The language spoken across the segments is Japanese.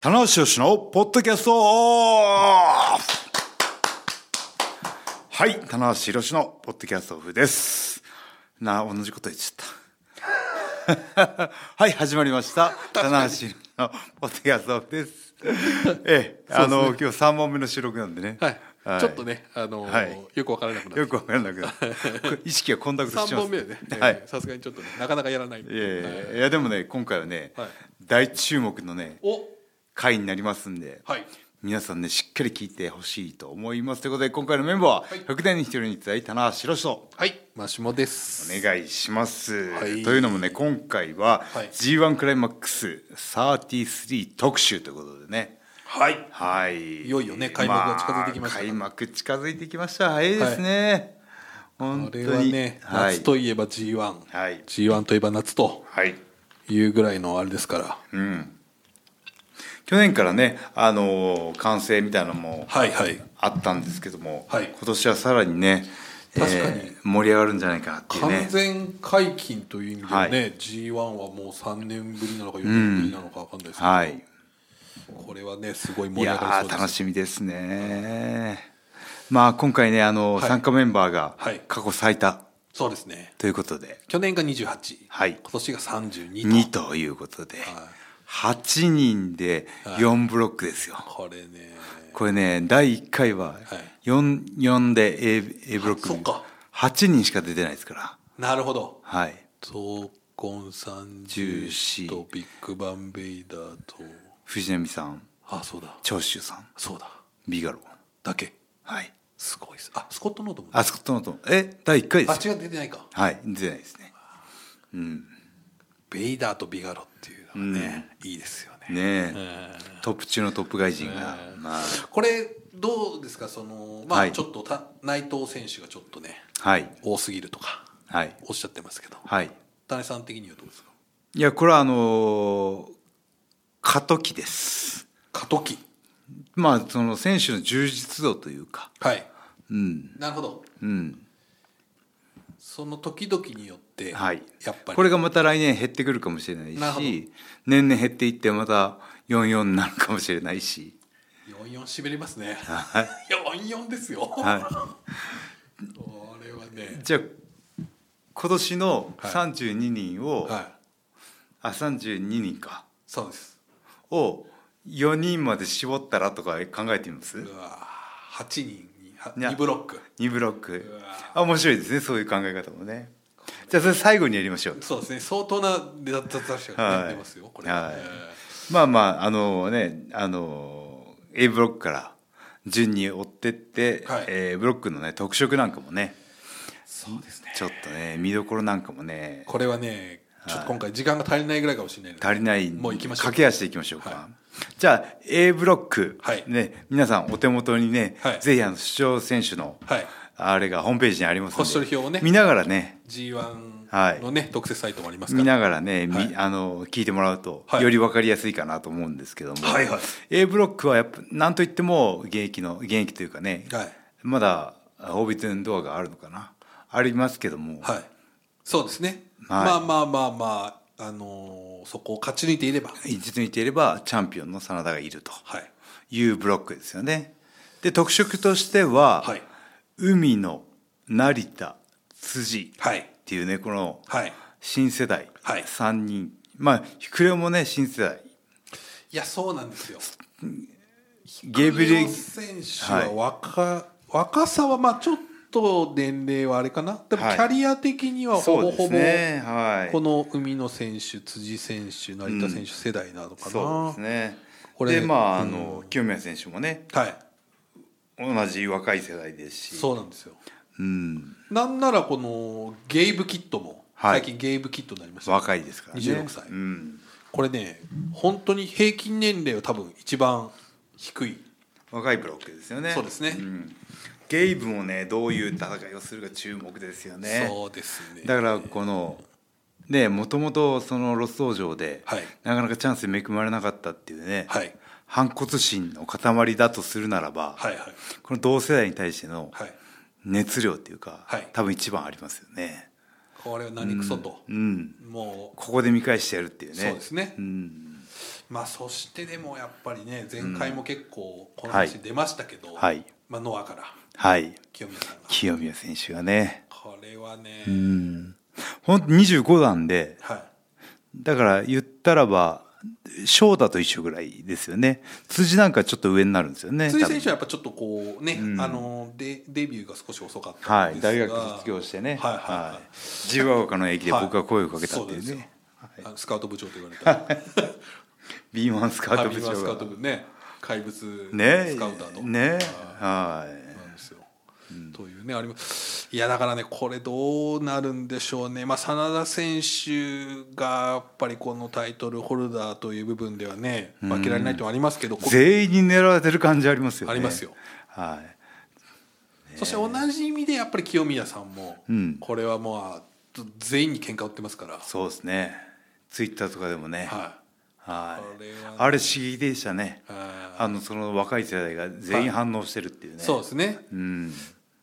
棚橋宏のポッドキャストオフはい、棚橋宏のポッドキャストオフです。な、同じこと言っちゃった。 はい、始まりました。棚橋宏のポッドキャストオフです。ええ、あの、今日3問目の収録なんでね。はい、ちょっとね、あのーはいよくわからなくなよってくわからなくな った。意識が混濁してます。 3本目でねえーはい。さすがにちょっとねなかなかやらないんいやいで、はいやいや、でもね、今回はね、はい大注目のね、お回になりますんで。はい皆さんねしっかり聞いてほしいと思いますということで今回のメンバーは100年に一人に伝え棚橋宏とはいマシモですお願いします、はいというのもね今回ははい G1 クライマックス33特集ということでねはいはいいよいよね開幕が近づいてきましたあ開幕近づいてきました早いですね、あ本当れにはね、はい夏といえば G1、はい、 G1 といえば夏とはいいうぐらいのあれですから、去年からねあのー完成みたいなのもはいはいあったんですけども、はい今年はさらにね、確かにえー盛り上がるんじゃないかなっていうね完全解禁という意味ではね、は G1 はもう3年ぶりなのか4年ぶりなのかわかんないですけど、はいこれはねすごい盛いり上やがりーそう楽ですしみですね。まあ今回ねあの、はい参加メンバーがはい過去最多そうですねということで、去年が28、はい今年が32と2ということで、8人で4ブロックですよ。これねこれね第1回は 4, 4で A, A ブロックそっか8人しか出てないですから。なるほどはい。闘魂三重重視視とビッグバンベイダーと藤波さん、あそうだ長州さん、そうだビガロン。だけはい。すごいですあスコットノートもあスコットノート。え第1回であすよ。違う出てないかはい出てないですね。ベイダーとビガロっていうのがね、いいですよねねえ、トップ中のトップ外人が、まあこれどうですかそのまはあいちょっとた、内藤選手がちょっとねはい多すぎるとかはいおっしゃってますけどはい田根さん的にはどうですかいやこれはあのー過渡期です過渡期まあその選手の充実度というかはいうんなるほどうんその時々によって、はいやっぱりこれがまた来年減ってくるかもしれないなるほどし年々減っていってまた44になるかもしれないし44しびれますね はい44ですよ、はこれはねいじゃあ今年の32人を、はいあ32人かそうですを4人まで絞ったらとか考えてみます、うわ8人にはいや2ブロック2ブロックうわあ面白いですねそういう考え方もねじゃあそれ最後にやりましょうそうですね相当な出だ雑誌がはねい出ますよこれ、はいえまあまああのねあの A ブロックから順に追ってって、はいえーブロックのね特色なんかもねーそうですねちょっとね見どころなんかもねこれはねちょっと今回時間が足りないぐらいかもしれないので足りないもう行きましょう駆け足でいきましょうか、はじゃあ A ブロック、はいね、皆さんお手元にね、はいぜひあの出場選手の、はいあれがホームページにありますこっそり表をね見ながらね G1 のね、特設サイトもありますか見らながらね、みはいあの聞いてもらうと、はいより分かりやすいかなと思うんですけども、はいはい A ブロックはやっぱなんといっても現役の現役というかね、はいまだオービトゥンドアがあるのかなありますけども、はいそうですね、はいまあまあまあまあ、あのーそこを勝ち抜いていれば一抜いていればチャンピオンの真田がいるとはいいうブロックですよね。で特色としては、はい海の成田辻っはいていうねこのはい新世代はい3人、まあひくれもね新世代いやそうなんですよゲブリエレ選手は若,、若さはまあちょっと年齢はあれかなでもキはいャリア的にはほぼそうほですぼ、ねはいこの海野選手辻選手成田選手世代なのかな、そうですね。これでまああの、清宮選手もねはい同じ若い世代ですしそうなんですようん、なんならこのゲイブキットも、はい最近ゲイブキットになりましたね若いですからね26歳うん、これね本当に平均年齢は多分一番低い若いブロックですよねそうですねんゲイブもねどういう戦いをするか注目ですよねそうですねだからこのねもともとそのロス道場で、はいなかなかチャンスに恵まれなかったっていうね、はい反骨心の塊だとするならば、はいはいこの同世代に対してのはい熱量っていうか、はい多分一番ありますよね。これは何クソと、うんもうここで見返してやるっていうねそうですねうんまあそしてでもやっぱりね前回も結構この話出ましたけど、はいまあ、ノアからはい清水さんが清宮選手がねこれはね、うんほんと25段ではだから言ったらば翔太と一緒ぐらいですよね辻なんかちょっと上になるんですよねい、辻選多手はやっぱちょっとこうね、あのデデビューが少し遅かっ分はたんいですが、大学卒業してねはいはいはい自由が丘の駅で僕が声をかけたっていうそうでねすよあのスカウト部長と言わ れたビーマンスカウトビ部ーマンスカウト長が部ね怪物スねカウターと、ねはいなんですよ。というねありますいやだからねこれどうなるんでしょうね、まあ、真田選手がやっぱりこのタイトルホルダーという部分ではね負けられないとはありますけど、こ全員に狙われてる感じありますよね。ありますよ。はい。そして同じ意味でやっぱり清宮さんも、うんこれはもう全員に喧嘩売ってますから、そうですね。ツイッターとかでもね。はい。はこれはねあれ刺激でしたね。い、ああのその若い世代が全員反応してるっていうね。ーそうですねうん。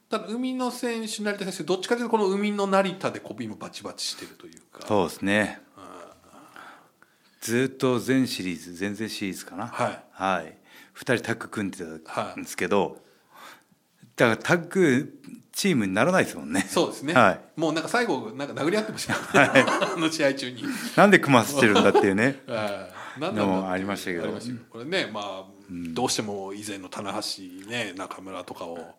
ただ海野選手成田選手どっちかというとこの海野成田でこう今バチバチしてるというかそうですね。ずっと全シリーズ全然シリーズかな。はいはい。二人タッグ組んではたいんですけど、だからタッグチームにならないですもんね。そうですね、はい。もうなんか最後なんか殴り合ってましたよね、 あの試合中に。なんで組ませてるんだっていう ね。はいなんのもなんだありましたけどありましたこれねまあ、どうしても以前の棚橋ね中村とかを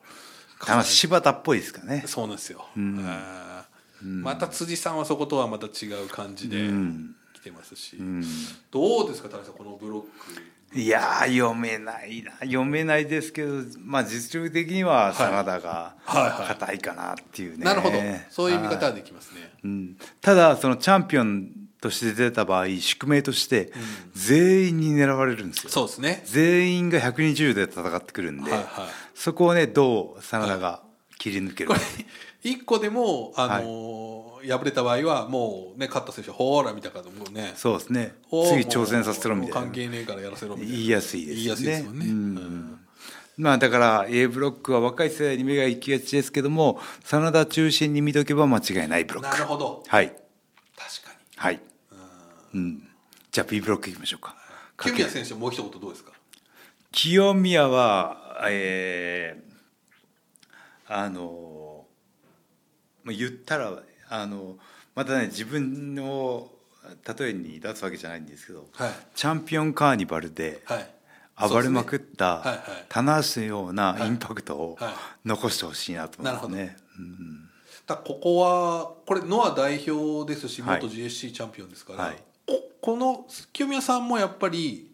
ただ柴田っぽいですかね。そうなんですよ、あーまた辻さんはそことはまた違う感じで来てますし、どうですか田中さんこのブロッいやー読めないな読めないですけど、まあ、実力的には真田がはいはい硬いかなっていうクね、なるほどそういう見方ははできますね、うん、ただそのチャンピオンとして出た場合宿命として全員に狙われるんですよ、そうですね全員が120で戦ってくるんで、はいはいそこをねどう真田が切り抜けるこか、れ一個でもあのー敗れた場合はもうね勝った選手はほーらみたいなもうねそうですねおー次挑戦させろみたいもうな関係ねえからやらせろみたいな言いやすいです言いよねやすいですもんね、うんうんまあだから A ブロックは若い世代に目が行きがちですけども真田中心に見とけば間違いないブロッなるクほどはい確かにはい、うん、じゃあ B ブロックいきましょうか清宮選手もう一言どうですか清宮はえーあのまあ言ったらあのまたね自分を例えに出すわけじゃないんですけど、はいチャンピオンカーニバルではい暴れまくっそうですたねはいはい棚橋のようなインパクトをはい残してほしいなと思いますね。なるだからここはこれノア代表ですし元 GSC チャンピオンですから、はいここの清宮さんもやっぱり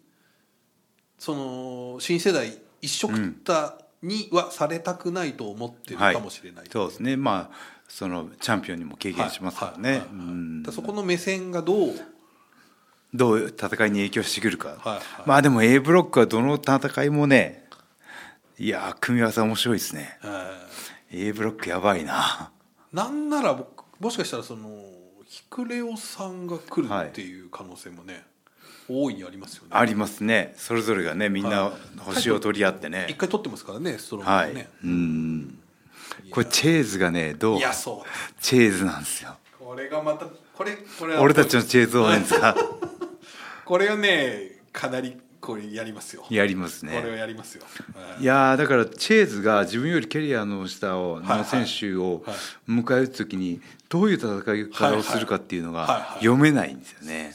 その新世代一緒くったにはされたくないと思ってるはいかもしれない、そうですねまあそのチャンピオンにも経験しますからはいねはいはいうんだからそこの目線がどうどう戦いに影響してくるか、はいまあでも A ブロックはどの戦いもねいやー組み合わせ面白いですねえー A ブロックやばいななんなら僕もしかしたらそのヒクレオさんが来るはいっていう可能性もね、大いにありますよねありますねそれぞれがねみんな星を取り合って一ね回取ってますからねストロングはい、ね、うんこれチェーズがねどういやそうだチェーズなんですよこれがまたこれこれは俺たちのチェーズ応援 さこれはねかなりこれやりますよ、やりますこれはねやりますよ、いやーだからチェーズが自分よりキャリアの下をの選手をはい迎え撃つ時にどういう戦い方をするかっていうのはいはいがはいはい読めないんですよね。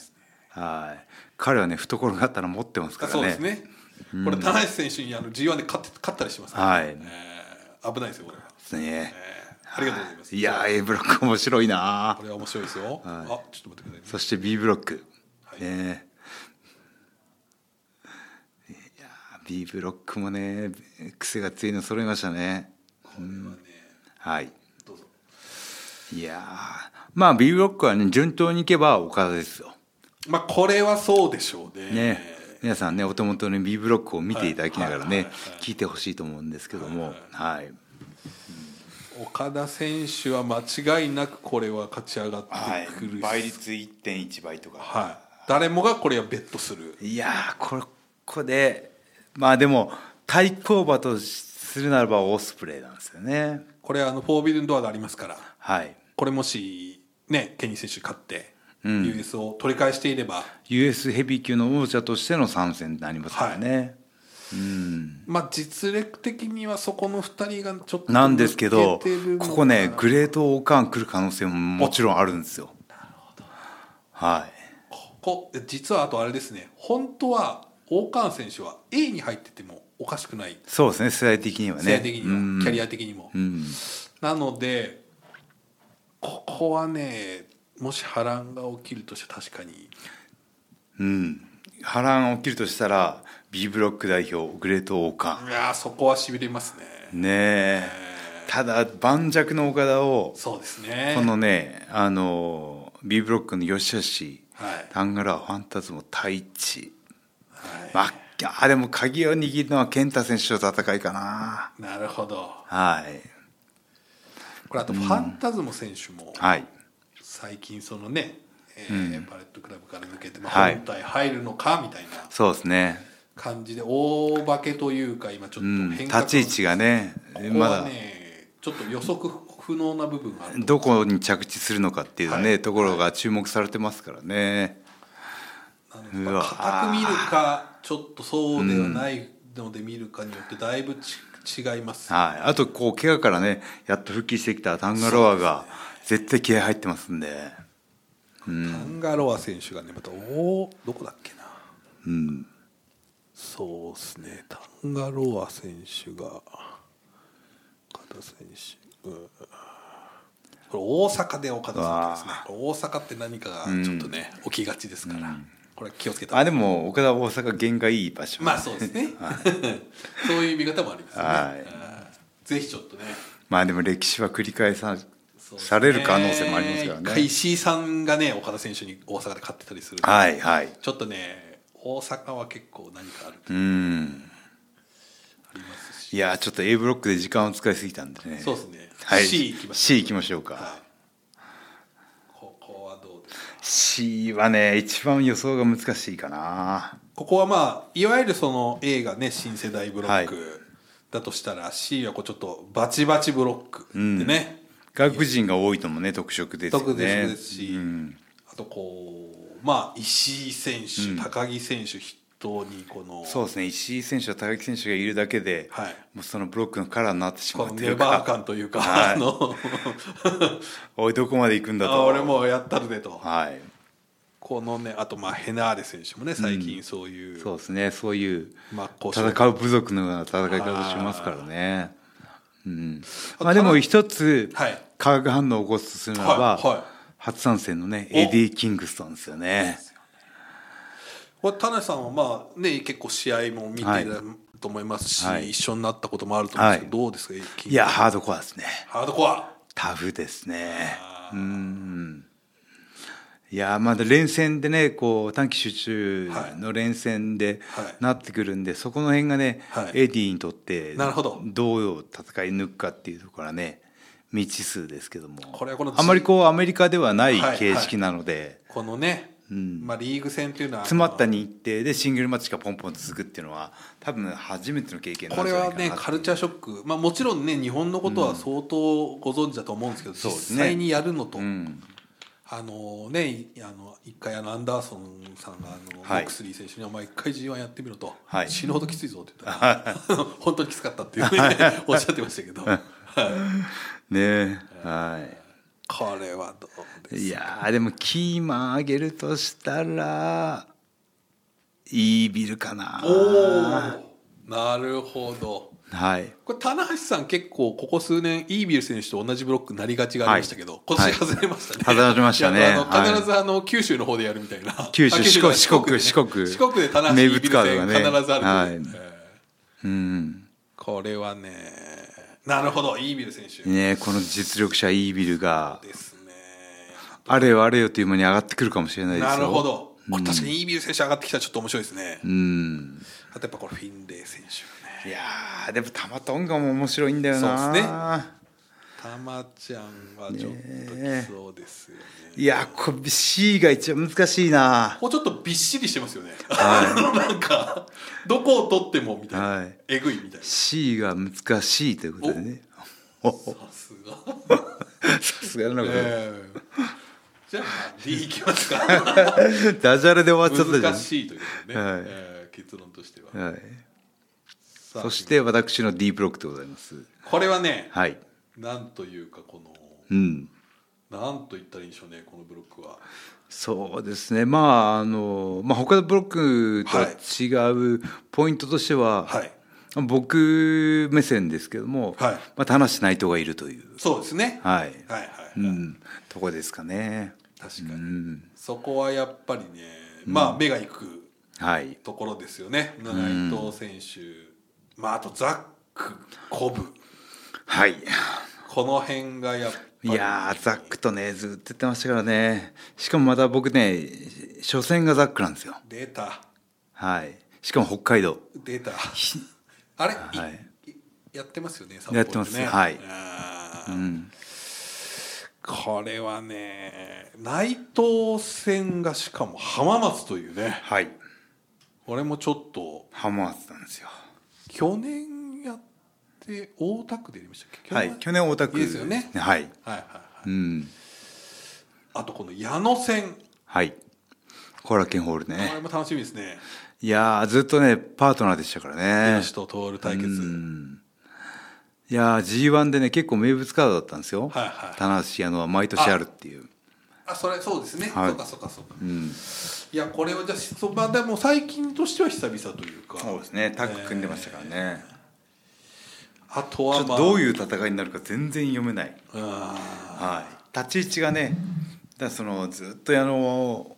はい彼はね懐があったら持ってますあかそうでらすね。ね、これ田中選手にあの G1 で勝って勝ったりしますから、はいえー危ないですよこれは、ねえーありがとうございますいやー A ブロック面白いなこれは面白いですよ、あちょっと待ってくださいねそして B ブロック、はいねいやー B ブロックもね癖が強いの揃いましたね。これはねはいどうぞいやーまあ B ブロックはね順当にいけば岡田ですよ。まあこれはそうでしょうね。ね、皆さんねお手元の B ブロックを見ていただきながらね、はいはいはい聞いてほしいと思うんですけども、はい岡田選手は間違いなくこれは勝ち上がってくるし、はい率1.1倍とか、誰もがこれはベットする。い、やーこれここでまあでも対抗馬とするならばオスプレイなんですよねこれはあのフォービルンドアでありますから、はいこれもしねケニー選手勝って、 US を取り返していれば、 US ヘビー級の王者としての参戦になりますからね、うん、まあ、実力的にはそこの2人がちょっとなんですけど抜てるのかこなこねグレートオーカーン来る可能性ももちろんあるんですよはいここ実はあとあれですね本当は王冠選手は A に入っててもおかしくないそうですね世代的にはね世代的にも、うんキャリア的にも、うんなのでここはねもし波乱が起きるとして確かにうん、波乱起きるとしたら B ブロック代表グレートオーカいやーそこはしびれますね、ーンねえただ盤石の岡田をそうですねこのねあの B ブロックの吉シはい、タンガラーファンタズム太一は、まああでも鍵を握るのは健太選手の戦いかないなるほどはいこれあとファンタズモ選手もはい最近そのね、えーパレットクラブから抜けて、まはあ、い本体入るのかみたいなそうですね、感じで大化けというか今ちょうっとん、変化立がち位置がねここまはだねちょっと予測不能な部分があるとどこに着地するのかっていうね、はいところが注目されてますからね、あうのわ固く見るかちょっとそうではないので見るかによってだいぶち違います、はい、あとこう怪我からねやっと復帰してきたタンガロアが絶対気合入ってますんで、タンガロア選手がねまたおーどこだっけなうん、そうですねタンガロア選手が岡田選手、うん、これ大阪で岡田さんですね大阪って何かがちょっとね、起きがちですから、これは気をつけたあでも岡田大阪限界いい場所まあそうですね、 そういう見方もありますね、はいぜひちょっとね まあでも歴史は繰り返さ,、そうですねされる可能性もありますから一回ね石井さんがね岡田選手に大阪で勝ってたりするんではいはいちょっとね大阪は結構何かあるうんありますしいやちょっと A ブロックで時間を使いすぎたんでねそうですねはい C 行きましょう C 行きましょうか、はい。ここはどうですか。 C はね一番予想が難しいかなここはまあいわゆるその A がね新世代ブロッはクだとしたら C はこうちょっとバチバチブロックでね、外国人が多いともね特色ですよね特別ですし、うんあとこうまあ石井選手、高木選手筆頭にこのそうですね石井選手と高木選手がいるだけで、はいもうそのブロックのカラーになってしまこっのてるネかバーら感というか、はいあのおいどこまで行くんだあと俺もうやったるでと、はいこのねあとまあヘナーレ選手もね最近そういう、そうですねそういうまあこう戦う部族のような戦い方をしますからねうんまあでも一つはい化学反応を起こすとするならば、はいはい初参戦のねおエディ・キングストンですよねこれ田無さんはまあね結構試合も見てはいると思いますし、はい一緒になったこともあると思うんですけど、どうですか一気にいやハードコアですねハードコアタフですねうんいやまだ連戦でねこう短期集中の連戦ではいなってくるんで、そこの辺がね、はいエディにとってなるほどどう戦い抜くかっていうところはね未知数ですけどもこれはこのあまりこうアメリカではないはい形式なので、このね、んまあ、リーグ戦というのは詰まった日程でシングルマッチがポンポン続くっていうのは多分初めての経験なこんじれゃないはかなねカルチャーショック、まあ、もちろんね日本のことは相当ご存知だと思うんですけど、そうですね実際にやるのと、うんあのねいあの一回あのアンダーソンさんがあの、はいモクスリー選手に「お前一回 G1 やってみろと」はい死ぬほどきついぞ」って言った ら「本当にきつかった」っていう、ね、おっしゃってましたけど、はいねはいこれはどうですいかやーでもキーマン上げるとしたらいいビルかなおおなるほどはいこれ棚橋さん結構ここ数年イービル選手と同じブロックになりがちがありましたけど、今年外れましたね、はい外れましたねいやあのはい必ずあの九州の方でやるみたいな九州あ四国じゃない四国四国で棚橋イ名ー物ビルカードが戦ね必ずあるという、はえーうんこれはねなるほどイービル選手、ねこの実力者イービルがですねあれよあれよという間に上がってくるかもしれないですよなるほど、これ確かにイービル選手上がってきたらちょっと面白いですね、うんあとやっぱこれフィンレイ選手がねいやーでもタマトンガも面白いんだよなそうですたまちゃんはちょっときそうですよねいやーこ C が一番難しいなこうちょっとびっしりしてますよね、 なんかどこを取ってもみたいな、はいえぐいみたいな C が難しいということでねさすが、さすがなこと、ええじゃあ D いきま すかダジャレで終わっちゃった難じしいということでね、はいえー結論としてはゃん、はい、さあそして私の D ブロックでございますこれはね、はいなんというかこのうんなんと言ったらいいんでしょうねこのブロックはそうですねまああの、まあ、他のブロックとは違うポイントとしては、はい僕目線ですけども、はいまあ、田無内藤がいるという、そうですね、はいはいはい、うん、とこですかね。確かうに、んそこはやっぱりねまあ目がいくはい、ところですよね、内藤選手まああとザックコブはい、この辺がやっぱいりやーザックとねずっと言ってましたからねしかもまた僕ね初戦がザックなんですよ出たはいしかも北海道 出たあれ、いはいやってますよねやってますねはいあうーんこれはね内藤戦がしかも浜松というねはい俺もちょっと浜松なんですよ去年やって大田区でやりましたっけはい去年大田区ですよねはいはいはいはういんあとこの矢野戦はい後楽園ホールこれねも楽しみですねいやーずっとねパートナーでしたからね東と徹対決うんいやー g 1でね結構名物カードだったんですよ、はいはい棚橋矢野は毎年あるっていうあそれそうですね、はいそうかそうかそうかうんいやこれはじゃあそばでも最近としては久々というかそうですねタッグ組んでましたからね、あとちょはっまとあどういう戦いになるか全然読めない、あはい、立ち位置がねだからそのずっと矢野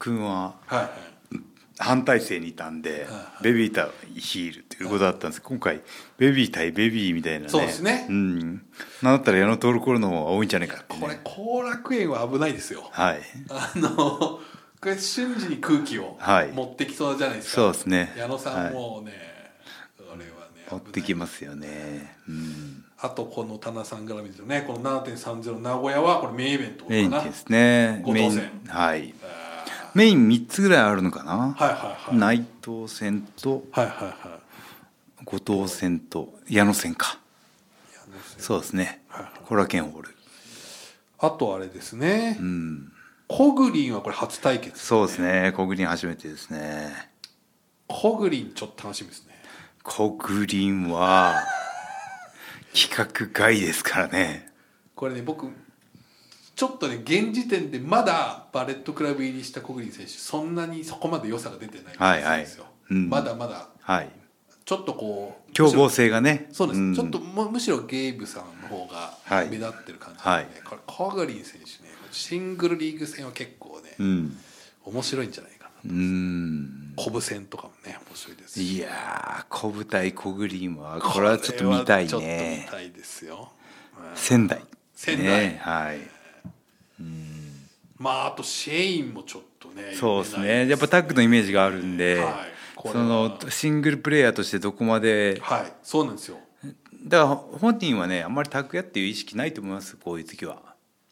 君はーはいはい反体制にいたんで、はいベビー対ヒールということだったんですけど今回ベビー対ベビーみたいなねそうですねうん、なんだったら矢野徹コロの方が多いんじゃないかって、ね、これ後楽園は危ないですよ はいあのこれ瞬時に空気をはい持ってきそうじゃないですか、そうですね矢野さんはいもうね、これはね持ってき危ないますよね、うん、あとこの田名さんから見るとねこの7.30名古屋はこれメインイベントかなメインですね後メイ藤ン戦はいあーメイン3つぐらいあるのかな、はいはいはい内藤戦とはいはいはい後藤戦と矢野戦かいやどうせそうですねはいはいコラケンホールあとあれですね、うんコグリンはこれ初対決そうですね小栗初めてですねコグリンちょっと楽しみですね小栗 は企画外ですからねこれね僕ちょっとね現時点でまだバレットクラブ入りしたコグリン選手そんなにそこまで良さが出てないはいはいんですよ、うんまだまだはいちょっとこう競合むし性がねろそうです、んちょっとむむしろゲイブさんの方がはい目立ってる感じなんで、はいこれコグリン選手ねシングルリーグ戦は結構ね、うん面白いんじゃないかなうんコブ戦とかもね面白いですしいやー小舞台小栗はこれはちょっと見たいこれはちょっと見ねたいですよ、うん仙台仙台ねはいまああとシェインもちょっとねそうです入れないねやっぱタッグのイメージがあるんで、はいこれそはのシングルプレイヤーとしてどこまではいそうなんですよだから本人はねあんまり拓也っていう意識ないと思いますこういう時は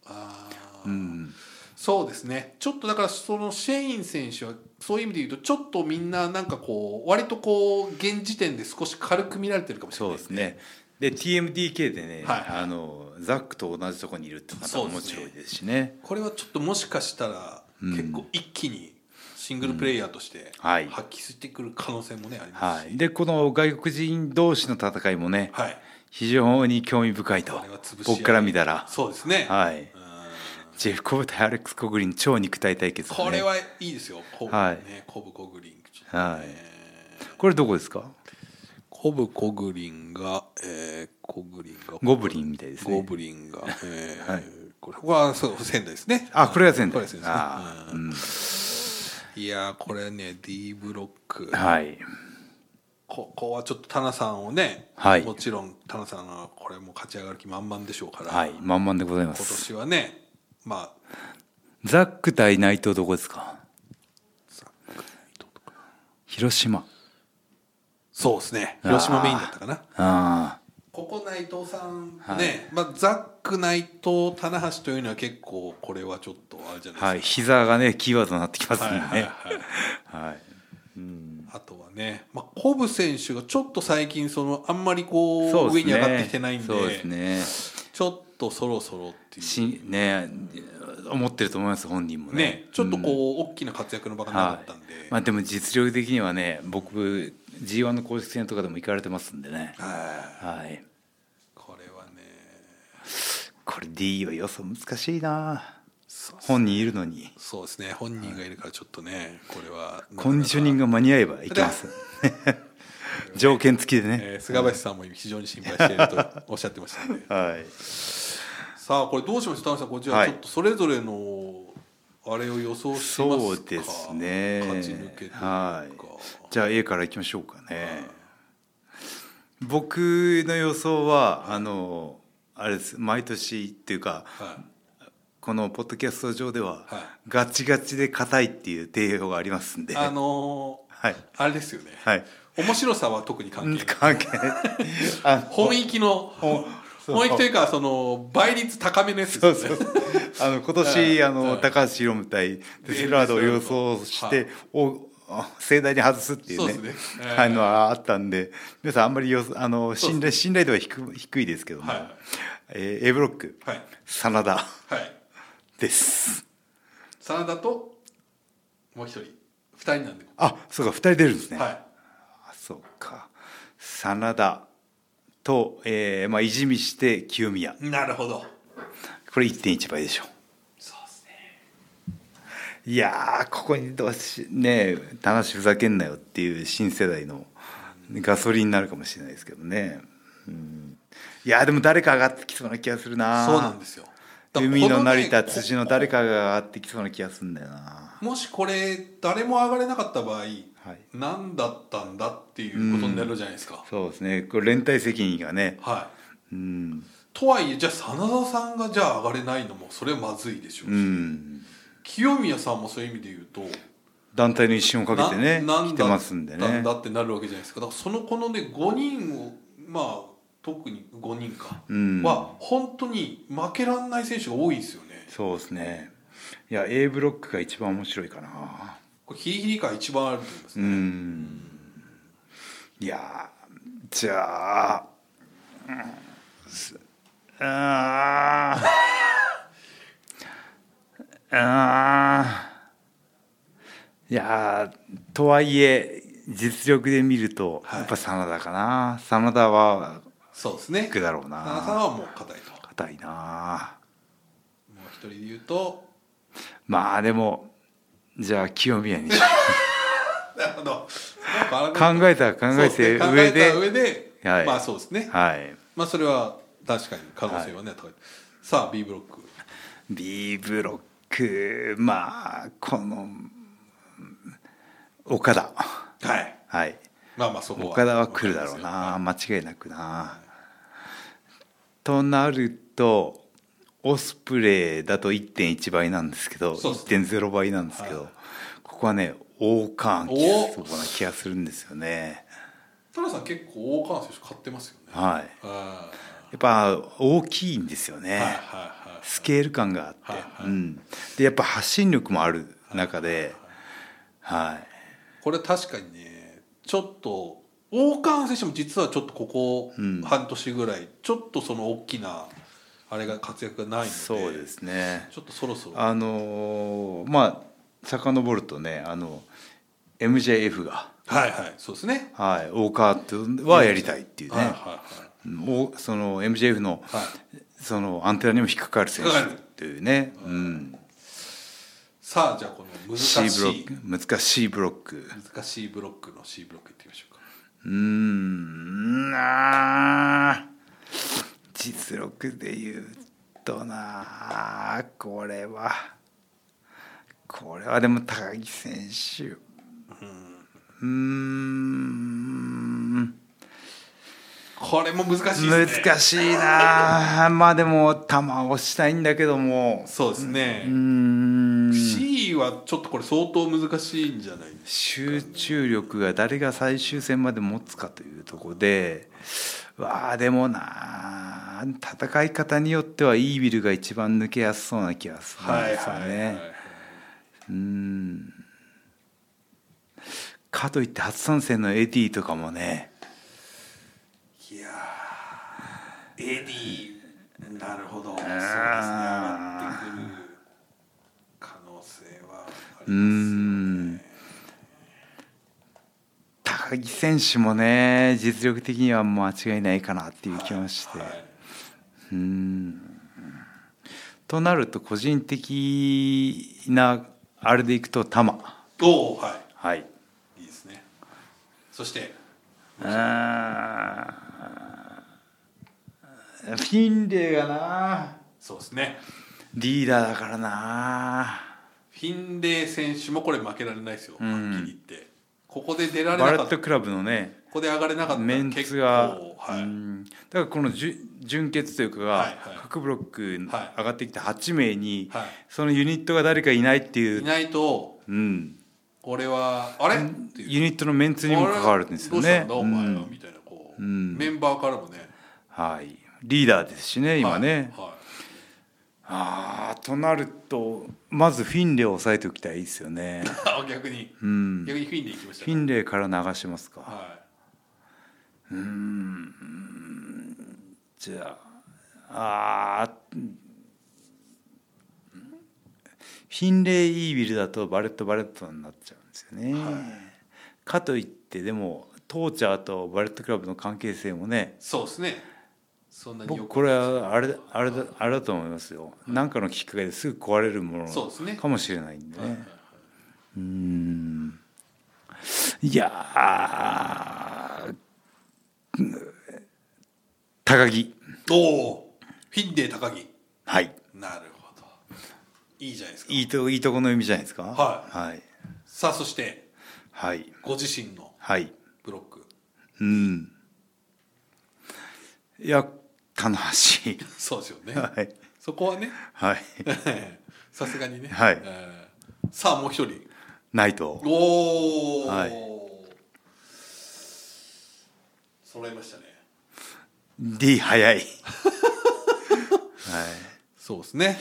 あーそうですねちょっとだからそのシェイン選手はそういう意味で言うとちょっとみんななんかこう割とこう現時点で少し軽く見られてるかもしれそうないですねで TMDK でね、はいあのザックと同じとこにいるってまたそうですね面白いですしねこれはちょっともしかしたら結構一気にシングルプレイヤーとしてうんはい発揮してくる可能性もねありますはしい、でこの外国人同士の戦いもね、はい非常に興味深いとこれは潰し合い僕から見たら、そうですねはいうんジェフ・コブ対アレックス・コグリン超肉体対決、ね、これはいいですよコブはいねコブコグリンちょっとはいこれどこですかコブコグリンが、えー、コグリンがゴブリンみたいですねゴブリンが、え ーこれここはそう仙台ですねあこれが仙台これですねあーうんいやーこれね D ブロックはいここはちょっとタナさんをね、はいもちろんタナさんはこれも勝ち上がる気満々でしょうから、はい今満々でございます年はねまあザック対内藤どこですかザックナイトとか広島そうですね広島メインだったかなあここ内藤さんね、はいまあ、ザック内藤棚橋というのは結構これはちょっとあれじゃあないはでいす膝がねキーワードになってきますか、もんねははいい、はいはいあとはね、まあ、コブ選手がちょっと最近そのあんまりこうそうで上すにね上がってきてないんでそうですねちちょっとそろそろっていうしね思ってると思います本人もねね、ちょっとこう、大きな活躍の場がなかったんで、まあ、でも実力的にはね僕 g 1の公式戦とかでも行かれてますんでねはいはいこれはね、これ D は予想難しいなそう本人いるのにそうですね、本人がいるからちょっとね、これは、コンディショニングが間に合えば行きます 条件付きでね、えー菅林さんも非常に心配しているとおっしゃってましたのではいさあこれどうしましょう田中さんこれじゃはあいちょっとそれぞれのあれを予想しますかそうですね勝ち抜けというか、はいじゃあ A から行きましょうかね、僕の予想はあのあれです毎年っていうかはいこのポッドキャスト上では、はいガチガチで硬いっていう定評がありますんであのーはいあれですよね、はい面白さは特に関係な関い係ないあの本域のほんそう本域というかその倍率高めのやつですよねあの今はい年あの、はい高橋宏夢対デスペラードを予想して、はいおあ盛大に外すっていうねそうですねはいのはあったんで皆さんあんまりよあの信頼信頼度は低低いですけども、はいはいえー A ブロック、はい真田はいです真田ともう一人二人なんで、あそうか2人出るんですね、はいあそうか真田と、えーまあ、いじみして清宮なるほどこれ1.1倍でしょそうですねいやーここにどうしねえ楽しふざけんなよっていう新世代のガソリンになるかもしれないですけどね、うん、いやーでも誰か上がってきそうな気がするなそうなんですよだから海このね成田辻の誰かが上がってきそうな気がするんだよなもしこれ誰も上がれなかった場合、何だったんだっていうことになるじゃないですか、そうですねこれ連帯責任がねはいうんとはいえじゃあ真田さんがじゃあ上がれないのもそれはまずいでしょうし、うん清宮さんもそういう意味で言うと団体の一瞬をかけてねななん来だてっますんでたねだってなるわけじゃないですかだからそのこのね5人をまあ特に5人か、うんは本当に負けらんない選手が多いですよねそうですねいや A ブロックが一番面白いかなこれヒリヒリ感一番あると思いますうね、んいやーじゃあ、うんすあーあーいやーとはいえ実力で見るとはいやっぱ真田かな、真田はそうですねいく真だろう田さんなはもう硬いとも硬いなう一人で言うとまあでもじゃあ清宮になるほ ど。 なんかあれ考えたら考えてそう上でですね考えた上で、はいまあそうですね。はいまあそれは確かに可能性はね、高い。さあ B ブロック。 B ブロックまあこのうん岡田はい。はいまあまあそこは。岡田は来るだろうな間違いなくなとなるとオスプレイだと1.1倍なんですけどそうです1.0倍なんですけどここはね王冠来そうな気がするんですよね田中さん結構大川選手買ってますよね。はいあやっぱ大きいんですよね、ーはいはいはい。スケール感があって、はいはいうん、でやっぱ発信力もある中で、はい、これ確かにね、ちょっと大川選手も実はちょっとここん半年ぐらいちょっとその大きなあれが活躍がないので、そうで。すねちょっとそろそろ。あのーまあ遡るとねあの MJF が、はいはい。そうですね。はい、大川とはやりたいっていうはいはいね、はい。もうその MJF の,、はいそのアンテナにも引っかかる選手引っかかるっていうね、うん、さあじゃあこの難 C しいブロック難しいブロック難しいブロックの C ブロックいってみましょうかうーんな実力で言うとなあこれはこれはでも高木選手うーんこれも難しいですね難しいなあまあでも球をしたいんだけどもそうですね、うーん C はちょっとこれ相当難しいんじゃないです集中力が誰が最終戦まで持つかというところでわあでもなあ戦い方によってはイービルが一番抜けやすそうな気がすかるんはいですよはいはい、ね。うんかといって初参戦のエディとかもねいやーエディ、うんなるほど。そうですね。上がってくる可能性はありますよね。高木選手もね実力的には間違いないかなっていう気もして、はい、うんとなると個人的なあれでいくと玉おおははいいいいですね。そしてうーんフィンレイがなそうですね。リーダーだからなフィンレイ選手もこれ負けられないですよ。んはっきり言って。ここで出られバなレかっッた。トこクラブのねこで上がれなかったらメン結ツ構が、はい。うんだからこの準準決というかはがいはい各ブロック上はいがってきた8名に、はいそのユニットが誰かいないっていういないとうん、俺はあれっていうユニットのメンツにも関わるんですよあれね。どうしたんだお前はみたいなこう、うんメンバーからもね。はい、リーダーですしね今ね。はいはいああとなるとまずフィンレイを抑えておきたいですよね。あ 逆に、うん、フ逆にフィンで行きましたィね、ンレイから流しますか。はじゃああーフィンレイイービルだとバレットバレットになっちゃうんですよね。かといってでもトーチャーとバレットクラブの関係性もねい、そうですねそんなによ僕くこれはあれあれだあれだと思いますよ何、かのきっかけですぐ壊れるもそうですねのかもしれないんでねはいうーんいやーうん高木おおフィンデー高木はいなるほどいいじゃないですかいいといいとこの海じゃないですかはいはいさあそしてはいご自身のはいブロック うんいや棚橋そうですよね はいそこはね はいさすがにね、はいえーさあもう一人内藤おお、はい揃いましたね D 早いはいそうですね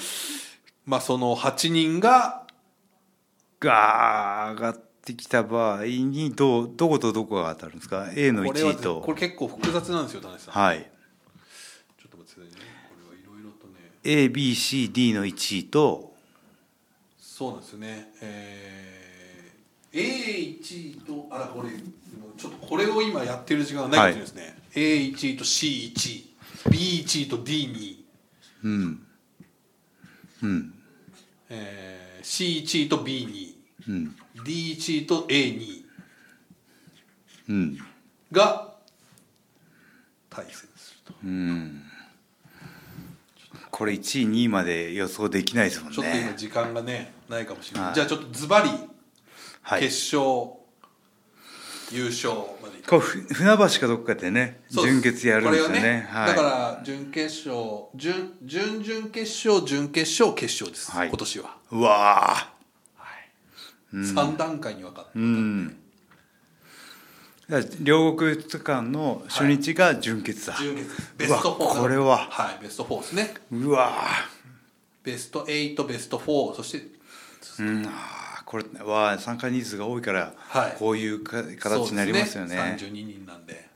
まあその8人がが上がってきた場合にどうどことどこが当たるんですか A のこれ1は位これと結構複雑なんですよ田中さんはいちょっと待ってくださいね。これはいろいろとね。 ABCD の1位とそうなんですよね。えー、A1 と、あら、これ、ちょっとこれを今やってる時間がないかもしれないですね。A1 と C1、B1 と D2、うんうんえー、C1 と B2、うん D1 と A2 うんが対戦すると。うんこれ1位2位まで予想できないですもんねちょっと今時間がね、ないかもしれない。はいじゃあちょっとズバリ、はい、決勝、優勝までいってこうふ船橋かどっかでねそうです純潔やるんですよこねれをねはい、だから準決勝準準々決勝準決勝決勝です、はい今年は、うわあ三3段階に分かって、うんだから両国間の初日が純潔だ、準決ですベストうわ4これははいベスト4ですねうわあベスト8ベスト4そしてうん、あーこれは参加人数が多いから、はいこういうか形になりますよねそうです32人なんで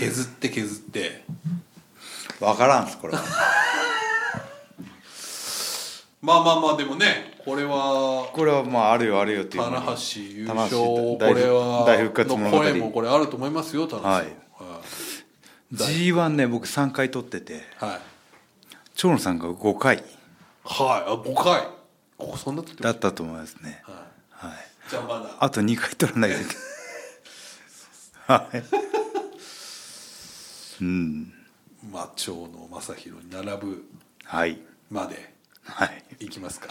削って削ってわからんすこれはまあまあまあでもねこれはこれはまああるよあるよっていうのに棚橋優棚勝橋こ大れは大復活の物語声もこれあると思いますよ田中さんはい大 G1 ね僕3回取っててはい長野さんが5回はい、あ5回ここそんなってだまったと思いますね、はいはい、じゃあまだあと2回取らないといけないはいうんまあ長野正弘に並ぶ はいまではいいきますか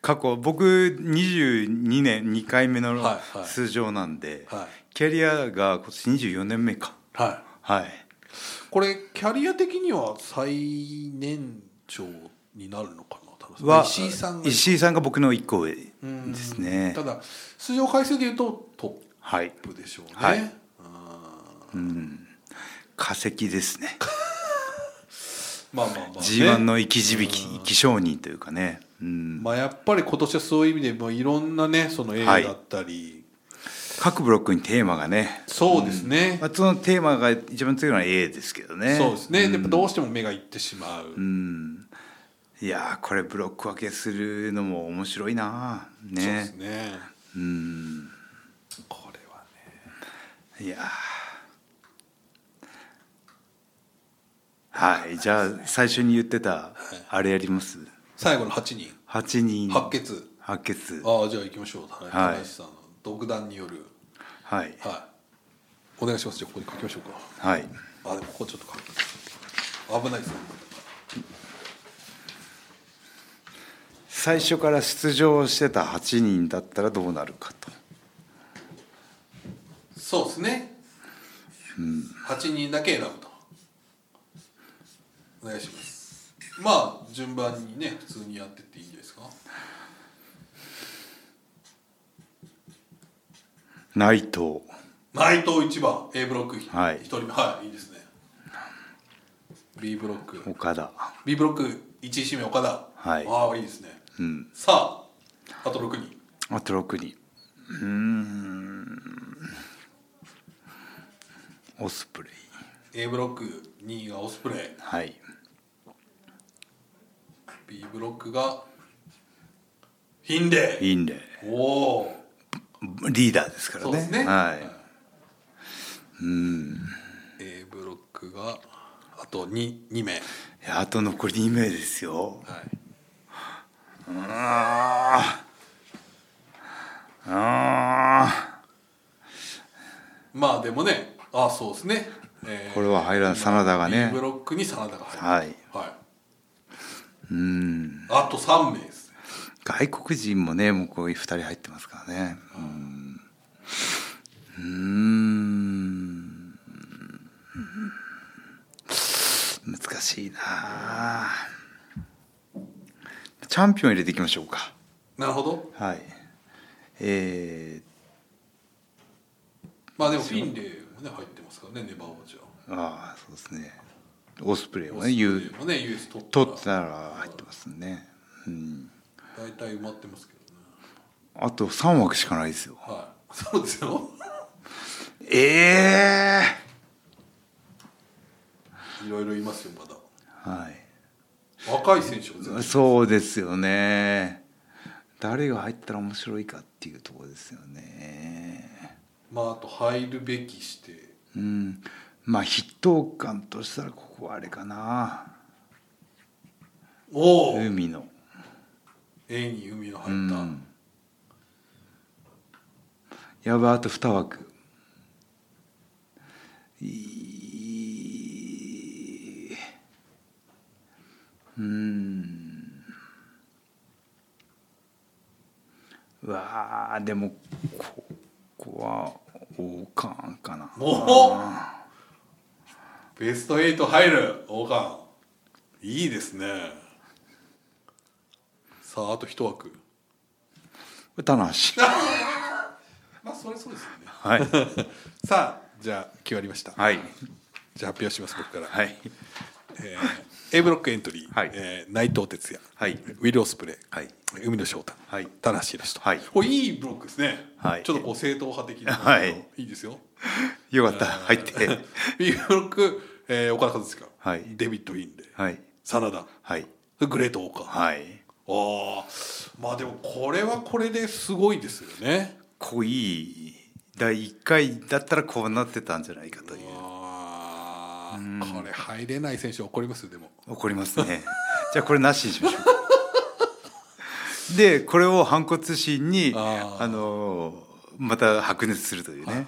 過去僕22年2回目のはいはい出場なんで、はいキャリアが今年24年目かははいいこれキャリア的には最年長になるのかな田中さんは石井さんが石井さんが僕の1個上でうんすねただ出場回数でいうとトはいップでしょうね、はいうん化石ですねまあまあまあ、ね、 G1 の生き字引生き証人というかねうんまあやっぱり今年はそういう意味でもういろんなねその映画だったり、各ブロックにテーマがね、そうですね、まあ、そのテーマが一番強いのは A ですけどねそうですね、やっぱどうしても目がいってしまう、いやーこれブロック分けするのも面白いなねそうですねうんこれはねいやーはいじゃあ最初に言ってたあれやります最後の8人8人白血白血ああじゃあ行きましょう田はい中さんの独断によるはいはいお願いしますじゃあここに書きましょうかはいあでもここちょっと書く危ないですね最初から出場してた8人だったらどうなるかとそうですね、8人だけ選ぶとお願いしますまあ順番にね普通にやってっていいんじゃないですか内藤内藤一番 A ブロックは1い人目はいいいですね B ブロック岡田 B ブロック1位指名岡田はいああいいですね、んさああと6人あと6人うーんオスプレイ A ブロック2位がオスプレイはい B ブロックがヒンデインレおおーイリーダーですからそうねですね。。はい A ブロックがあと二二名。はいいやあと残り2名ですよい。あーあまあでもね、あそうですね。えーーこれは入らない真田が B ねブロックに真田が入る。はい。はい。うん。あと三名ですね。外国人もねもうこういう2人入ってますからねうんうーん難しいなあチャンピオン入れていきましょうかなるほど。はいえまあでもフィンレイもね入ってますからね、ネバー王者。ー、ああそうですねオスプレイをオスプレねイ言うもね、US 取った取っらたら入ってますねうん大体埋まってますけどね。あと3枠しかないですよはい。そうですよ。ええいろいろいますよまだ。はい若い選手が全然そうですよね誰が入ったら面白いかっていうところですよねまああと入るべきしてうんまあ筆頭感としたらここはあれかなおお、海の A に海がう入った、んやばいあと2枠いいうんうわあでもここは王冠かなおおベスト8入る王冠いいですねさああと一枠棚橋まあそれそうですよねはいさあじゃあ決まりました、はいじゃあ発表します僕から、はいえー A ブロックエントリー、はいえー内藤哲也、はいウィル・オスプレイ、はい海野翔太、はい田無宏と、はいこれいいブロックですね、はいちょっとこう正統派的な、 はい、いいですよよかった入って B ブロック、えー岡田和親、はいデビッド・ウィンレイ、はい真田はいグレート・オーカー、はいあーまあでもこれはこれですごいですよね濃い第1回だったらこうなってたんじゃないかというあーこれ入れない選手怒りますよでも怒りますねじゃあこれなしにしましょうでこれを反骨心にああのーまた白熱するというね、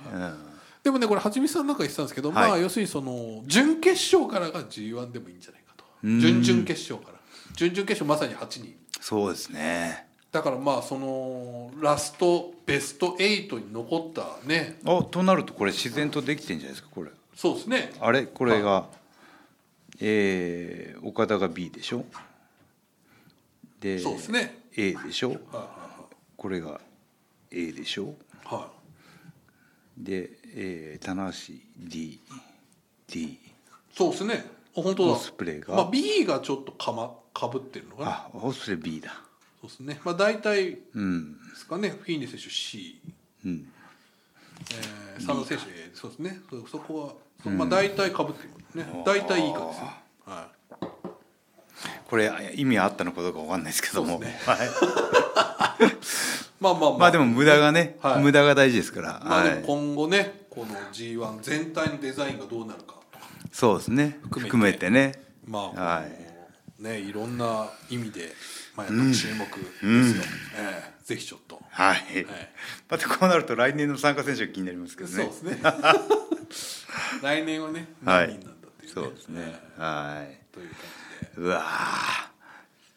でもねこれはちみつさんなんか言ってたんですけど、はいまあ要するにその準決勝からが G1 でもいいんじゃないかとん準々決勝から準々決勝まさに8人うんそうですねだからまあそのラストベスト8に残ったねあとなるとこれ自然とできてんじゃないですかこれそうですねあれこれが、えー岡田が B でしょでそうですね A でしょはいこれが A でしょはいはい、はいで、えー、棚橋 DD そうですね。あ本当だ。オスプレイがまあ B がちょっとかまかぶってるのかな。あオスレ B だそうですね。まあ大体でうんすかね。フィーネ選手 C。うんえー、佐野選手そうですねそそこはそ、まあ、大体かぶってるね、大体いいかですね、はこれ意味あったのかどうかわかんないですけども、はい、い、まあまあまあまあでも無駄がね、はい無駄が大事ですから、まあはでもい、今後ねこの g 1全体のデザインがどうなるかとかそうですね含含めめててねまあ、はいい、ねいろんな意味で、まあ、やっぱ注目ですよ、えーぜひちょっとはい、はいまたこうなると来年の参加選手が気になりますけどねそうで すね来年はねはい何人なんだっていう、ねそうですねえはーという感じでいうわあ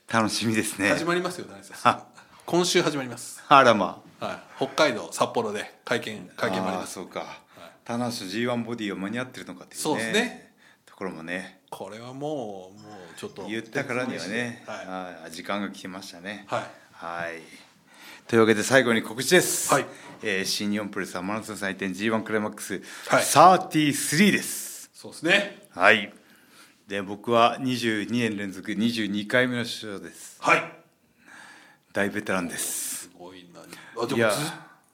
楽しみですね始まりますよ成瀬さん今週始まります、あらまはい、北海道札幌で会見会見もありああますそうか棚橋と G1 ボディが間に合ってるのかっていうねそうですねところもねこれはもうもうちょっと言ったからにはね、はい、はい、時間が来ましたねはいはいというわけで最後に告知です、はいえー新日本プロレスはマラソン祭典 G1 クライマックスはい33です、そうですねはいで僕は22年連続22回目の出場ですはい大ベテランですすごいなあでいやもず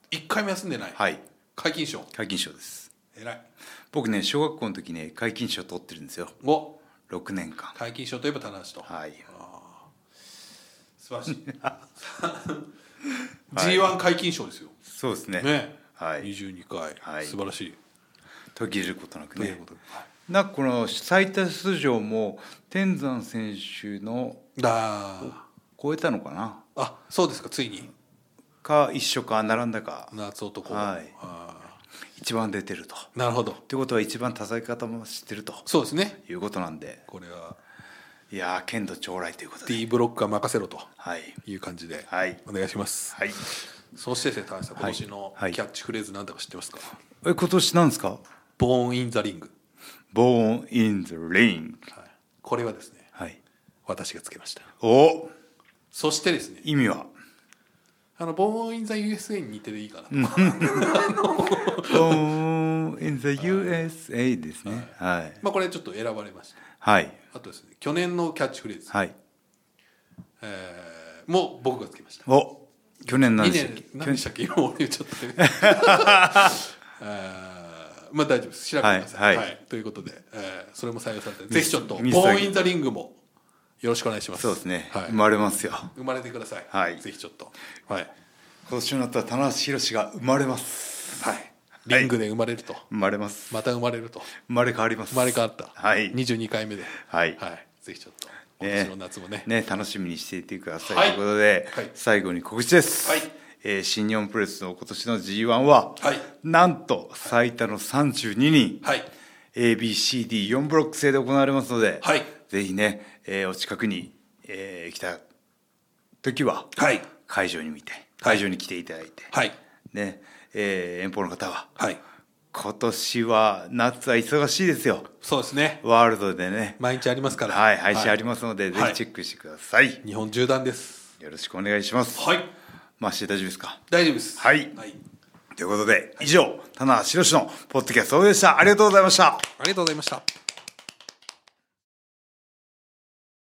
一回も休んでない、はい皆勤賞皆勤賞です偉い僕ね小学校の時ね皆勤賞取ってるんですよお6年間皆勤賞といえば棚橋と、はい素晴らしい G1 皆勤賞ですよそうですねね、はい22回、はい素晴らしい、途切れることなくねということでなんかこの最多出場も天山選手のだー超えたのかなあそうですかついにか一緒か並んだか夏男はいあ一番出てると。っーなるほどてことは一番多彩方も知ってるとそうですねいうことなんでこれはいやー剣道将来ということで。 D ブロックは任せろとはいいう感じで、はいお願いします、はい。そしてですね田中さん今年のキはいャッチフレーズなんだか知ってますか、え今年なんですかボーン・イン・ザ・リング、 ？Born in the ring。はい、これはですねはい。私がつけましたおそしてですね意味はあのボーン・イン・ザ・ USA に似てでいいかな、 ？Born in the USA ですね。はいまあ、これちょっと選ばれましたはいあとですね去年のキャッチフレーズ、はい。えーも僕がつけましたお去年何2でしたっけ年？何でしたっけ今俺言 っちゃったねあーまあ大丈夫です調べてくださ、はいいははいいということで、えーそれも採用されてぜひちょっと「ボミスミスターーン・イン・ザ・リング」もよろしくお願いしますそうですね。はい生まれますよ。生まれてください、はいぜひちょっとはい、今年になったら棚橋宏が生まれます。はい、リングで生まれると、生まれます。また生まれると生まれ変わります。生まれ変わった、はい。 22回目でははいぜひちょっと今ね年の夏もねね、楽しみにしていてください、はいということで、はい最後に告知です、はいえー新日本プロレスの今年の g 1は、はいなんと最多の32人、はい ABCD4 ブロック制で行われますので、はいぜひね、えーお近くに、えー来た時ははい会場に見て会場に来ていただいて、はいねえー遠方の方ははい今年は夏は忙しいですよそうですねワールドでね、毎日ありますからはい、配信ありますので、はいぜひチェックしてください日本縦断ですよろしくお願いします。はいまあ、して大丈夫ですか。大丈夫ですはいはい、ということで、以上、棚橋宏のポッドキャストでした。ありがとうございました。ありがとうございました